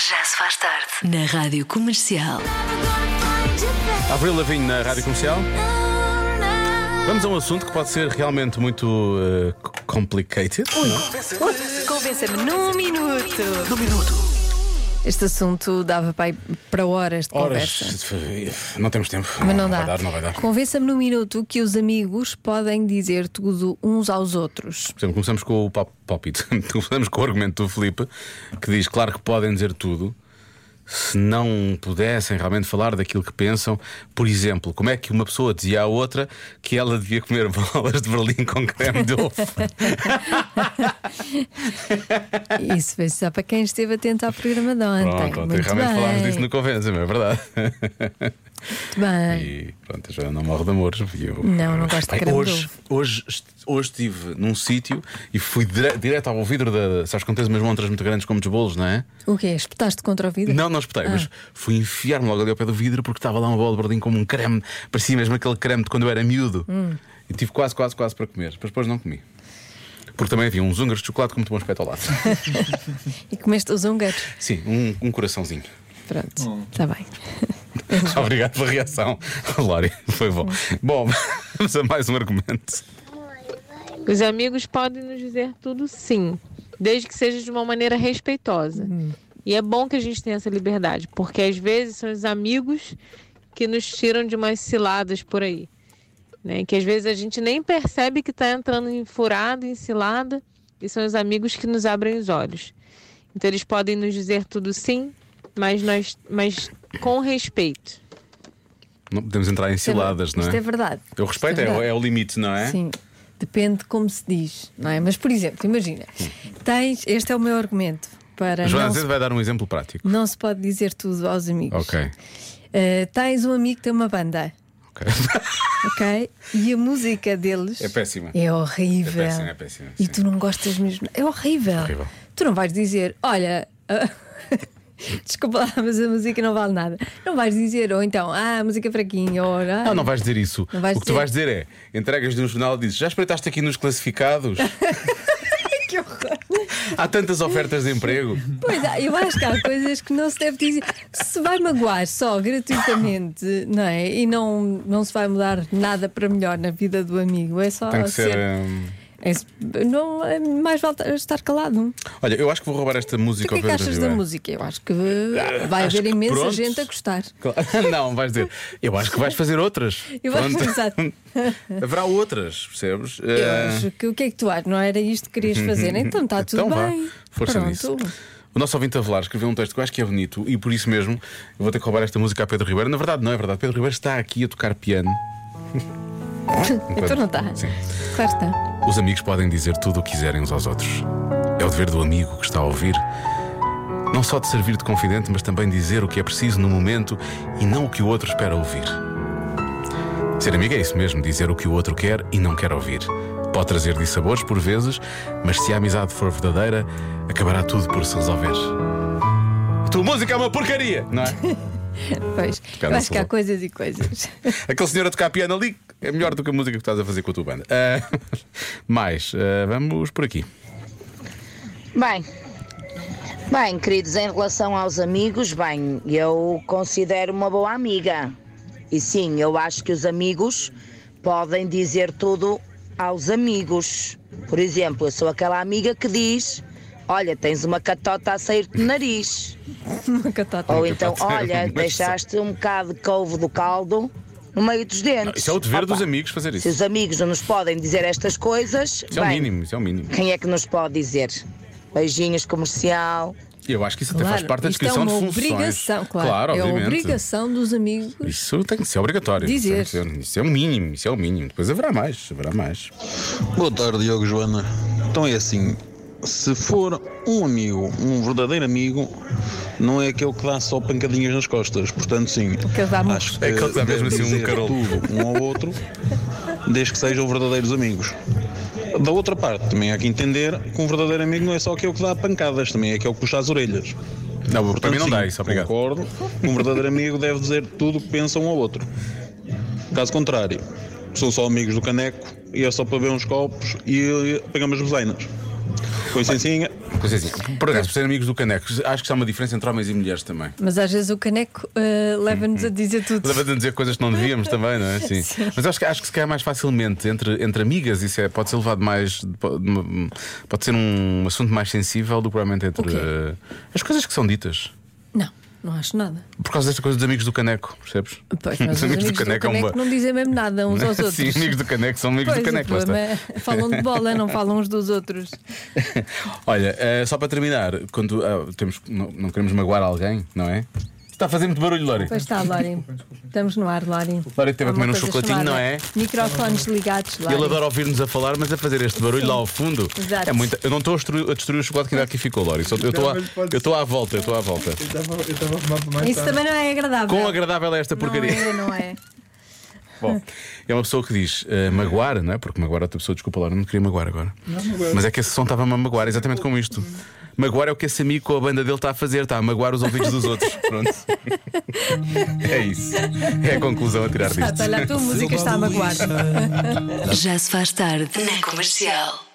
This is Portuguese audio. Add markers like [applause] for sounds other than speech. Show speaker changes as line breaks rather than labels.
Já se faz tarde.
Na Rádio Comercial.
Avril Lavigne na Rádio Comercial. Vamos a um assunto que pode ser realmente muito eh, c- complicated. não é?
Convença-me num minuto. Num minuto. Este assunto dava para, para horas de conversa.
Horas. Não temos tempo.
Mas não, dá.
Vai dar, não vai dar. Por
Convença-me num minuto que os amigos podem dizer tudo uns aos
[laughs]
outros.
exemplo, começamos com o pop- palpite. [laughs] começamos com o argumento do Felipe que diz: claro que podem dizer tudo. Se não pudessem realmente falar daquilo que pensam, por exemplo, como é que uma pessoa dizia à outra que ela devia comer [laughs] bolas de Berlim com creme
[laughs]
de ovo?
Isso foi só para quem esteve atento ao programa de ontem.
Pronto, ontem
muito
realmente
bem,
falámos disso no Convenza, é verdade.
muito bem.
E pronto, eu já não morro de amores. e Eu,
É. Não, não gosto de
Bem,
creme de
hoje, hoje, est- hoje estive num sítio e fui dire- direto ao vidro da. Sabes quando tens umas montras muito grandes como dos bolos, não é?
O quê? Espetaste contra o vidro?
Não, não espetei, mas
Ah.
fui enfiar-me logo ali ao pé do vidro porque estava lá uma bola de berlim como um creme, parecia mesmo aquele creme de quando eu era miúdo.
Hum.
E tive quase, quase, quase para comer, mas depois não comi. Porque também havia uns húngaros de chocolate com muito bom aspecto ao
[laughs]
lado.
E comeste os húngaros?
Sim, um, um coraçãozinho. [laughs]
Pronto, está bem.
Obrigado pela reação, [laughs] Lória. Foi bom. Bom, [laughs] vamos a mais um argumento.
Os amigos podem nos dizer tudo sim, desde que seja de uma maneira respeitosa. E é bom que a gente tenha essa liberdade, porque às vezes são os amigos que nos tiram de umas ciladas por aí. Né? Que às vezes a gente nem percebe que está entrando em furada, em cilada, e são os amigos que nos abrem os olhos. Então eles podem nos dizer tudo sim, mas, nós, mas com respeito.
Não podemos entrar em ciladas, não é?
Isto é verdade.
Eu respeito,
Isto
é,
é
o- é o limite, não é?
Sim, depende de como se diz, não é? Mas, por exemplo, imagina, tens, este é o meu argumento para
Joana,
não
às
se,
vezes vai dar um exemplo prático.
não se pode dizer tudo aos amigos.
Ok.
Eh, tens um amigo que tem uma banda,
ok.
ok? E a música deles
É péssima.
É horrível.
É péssima, é péssima,
E
sim.
tu não gostas mesmo. É horrível.
Horrível.
Tu não vais dizer, olha. ah, [laughs] Desculpa lá, mas a música não vale nada. Não vais dizer, ou então, ah, a música é fraquinha, ou ah,
[laughs] Não, não vais dizer isso.
Não vais
o que tu
dizer.
vais dizer é: entregas de um jornal e dizes, já espreitaste aqui
[laughs]
nos classificados?
que horror.
Há tantas ofertas de emprego.
Pois há, eu acho que há coisas que não se deve dizer. Se vai magoar só gratuitamente, não é? E não, não se vai mudar nada para melhor na vida do amigo. É só
Tem que ser. hum,
é se- não, é mais vale estar calado.
Olha, eu acho que vou roubar esta
Tu o
música
que é que
Pedro
achas da
Ribeiro.
música? Eu acho que vai
Eh, acho
haver
que
imensa
pronto.
gente a gostar.
Claro. [laughs] Não, vais dizer. Eu acho que vais fazer outras.
Eu acho-
Pronto.
exato.
[laughs] Haverá outras, percebes?
Eu
Eh,
acho que o que é que tu achas? Não era isto que querias
[laughs]
fazer? Então está tudo
então vá,
bem.
força
Pronto.
nisso. O nosso ouvinte Avelar escreveu um texto que eu acho que é bonito e por isso mesmo eu vou ter que roubar esta música a Pedro Ribeiro. Na verdade, não é verdade. Pedro Ribeiro está aqui a tocar piano.
Então não está.
Sim.
Claro que tá. está.
Os amigos podem dizer tudo o que quiserem uns aos outros. É o dever do amigo que está a ouvir. Não só de servir de confidente, mas também dizer o que é preciso no momento e não o que o outro espera ouvir. Ser amigo é isso mesmo, dizer o que o outro quer e não quer ouvir. Pode trazer dissabores por vezes, mas se a amizade for verdadeira, acabará tudo por se resolver. A tua música é uma porcaria, não é?
Pois. Eu
não
acho que há
sou.
coisas e coisas. [laughs]
Aquele senhor a tocar piano ali é melhor do que a música que estás a fazer com a tua banda. Ah, [laughs] mais, ah, vamos por aqui.
Bem, bem, queridos, em relação aos amigos, bem, eu considero uma boa amiga. E sim, eu acho que os amigos podem dizer tudo aos amigos. Por exemplo, eu sou aquela amiga que diz: Olha, tens uma catota a sair do nariz.
Uma catota.
Ou
Nunca
então,
pode ser
olha,
uma
deixaste um bocado de couve do caldo no meio dos dentes.
Isso é o dever dos
Opa,
amigos fazer
Se
isso.
os amigos não nos podem dizer estas coisas,
Isso é o
bem,
mínimo, isso é o mínimo.
quem é que nos pode dizer? Beijinhos comercial.
Eu acho que isso até
Claro,
faz parte da
isto é
descrição
uma
de funções.
obrigação, claro. é
obviamente.
obrigação dos amigos.
Isso tem que ser obrigatório.
Dizer.
Isso, é- isso é o mínimo, isso é o mínimo. Depois haverá mais, haverá mais.
Boa tarde, Diogo e Joana. Então é assim: se for um amigo, um verdadeiro amigo, não é aquele que dá só pancadinhas nas costas. Portanto, sim.
que dá muito.
acho
É aquele que dá mesmo assim
deve
um
dizer
carolo.
Tudo, um ao outro, desde que sejam verdadeiros amigos. Da outra parte, também há que entender que um verdadeiro amigo não é só aquele que dá pancadas, também é aquele que puxa as orelhas.
Não, para mim não
sim,
dá isso, obrigado.
Concordo. Um verdadeiro amigo deve dizer tudo o que pensa um ao outro. Caso contrário, são só amigos do caneco e é só para ver uns copos e pegamos as bozainas. Com licencinha.
Mas, assim, por acaso, por ser amigos do caneco, acho que há uma diferença entre homens e mulheres também.
Mas às vezes o caneco eh, leva-nos a dizer tudo.
Leva-te a dizer coisas que não devíamos também, não
[laughs]
é? Sim. Mas acho que, acho que se calhar é mais facilmente entre, entre amigas, isso é, pode ser levado mais. Pode, pode ser um assunto mais sensível do que provavelmente entre
O quê?
eh, as coisas que são ditas.
Não, não acho nada.
Por causa desta coisa dos amigos do caneco, percebes?
Pois, [laughs] mas os amigos do caneco,
é uma-
não dizem mesmo nada uns aos outros.
[laughs] Sim, amigos do caneco são amigos
Pois,
do
o
caneco. lá está.
problema é- falam de bola, não falam uns dos outros.
[laughs] Olha, eh, só para terminar, quando ah, temos, não, não queremos magoar alguém, não é? Está a fazer muito barulho, Lori.
Pois está, Lori. Estamos no ar, Lori.
Lori teve
Há
a comer
uma
um
coisa
chocolatinho,
chamada
não é?
Microfones ligados, Lori.
Ele adora ouvir-nos a falar, mas a fazer este barulho lá ao fundo.
Exato.
É muito, eu não estou a destruir, a destruir o chocolate que ainda aqui ficou, Lori. Só- eu estou à-
Não, mas pode
eu estou à volta, eu estou à volta.
Eu estava eu estava a fumar para mais
Isso
tarde.
também não é agradável.
Quão agradável é esta porcaria?
Não é, não é.
Bom, é uma pessoa que diz eh, magoar, não é? Porque magoar outra pessoa, desculpa lá, não me queria magoar agora.
magoar.
Mas é que esse som estava-me a magoar, exatamente como isto. Magoar é o que esse amigo com a banda dele está a fazer, está a magoar os ouvidos dos outros. Pronto. [laughs] é isso. É a conclusão a tirar disto.
Exato, olha, a tua música está a magoar.
Já se faz tarde na comercial.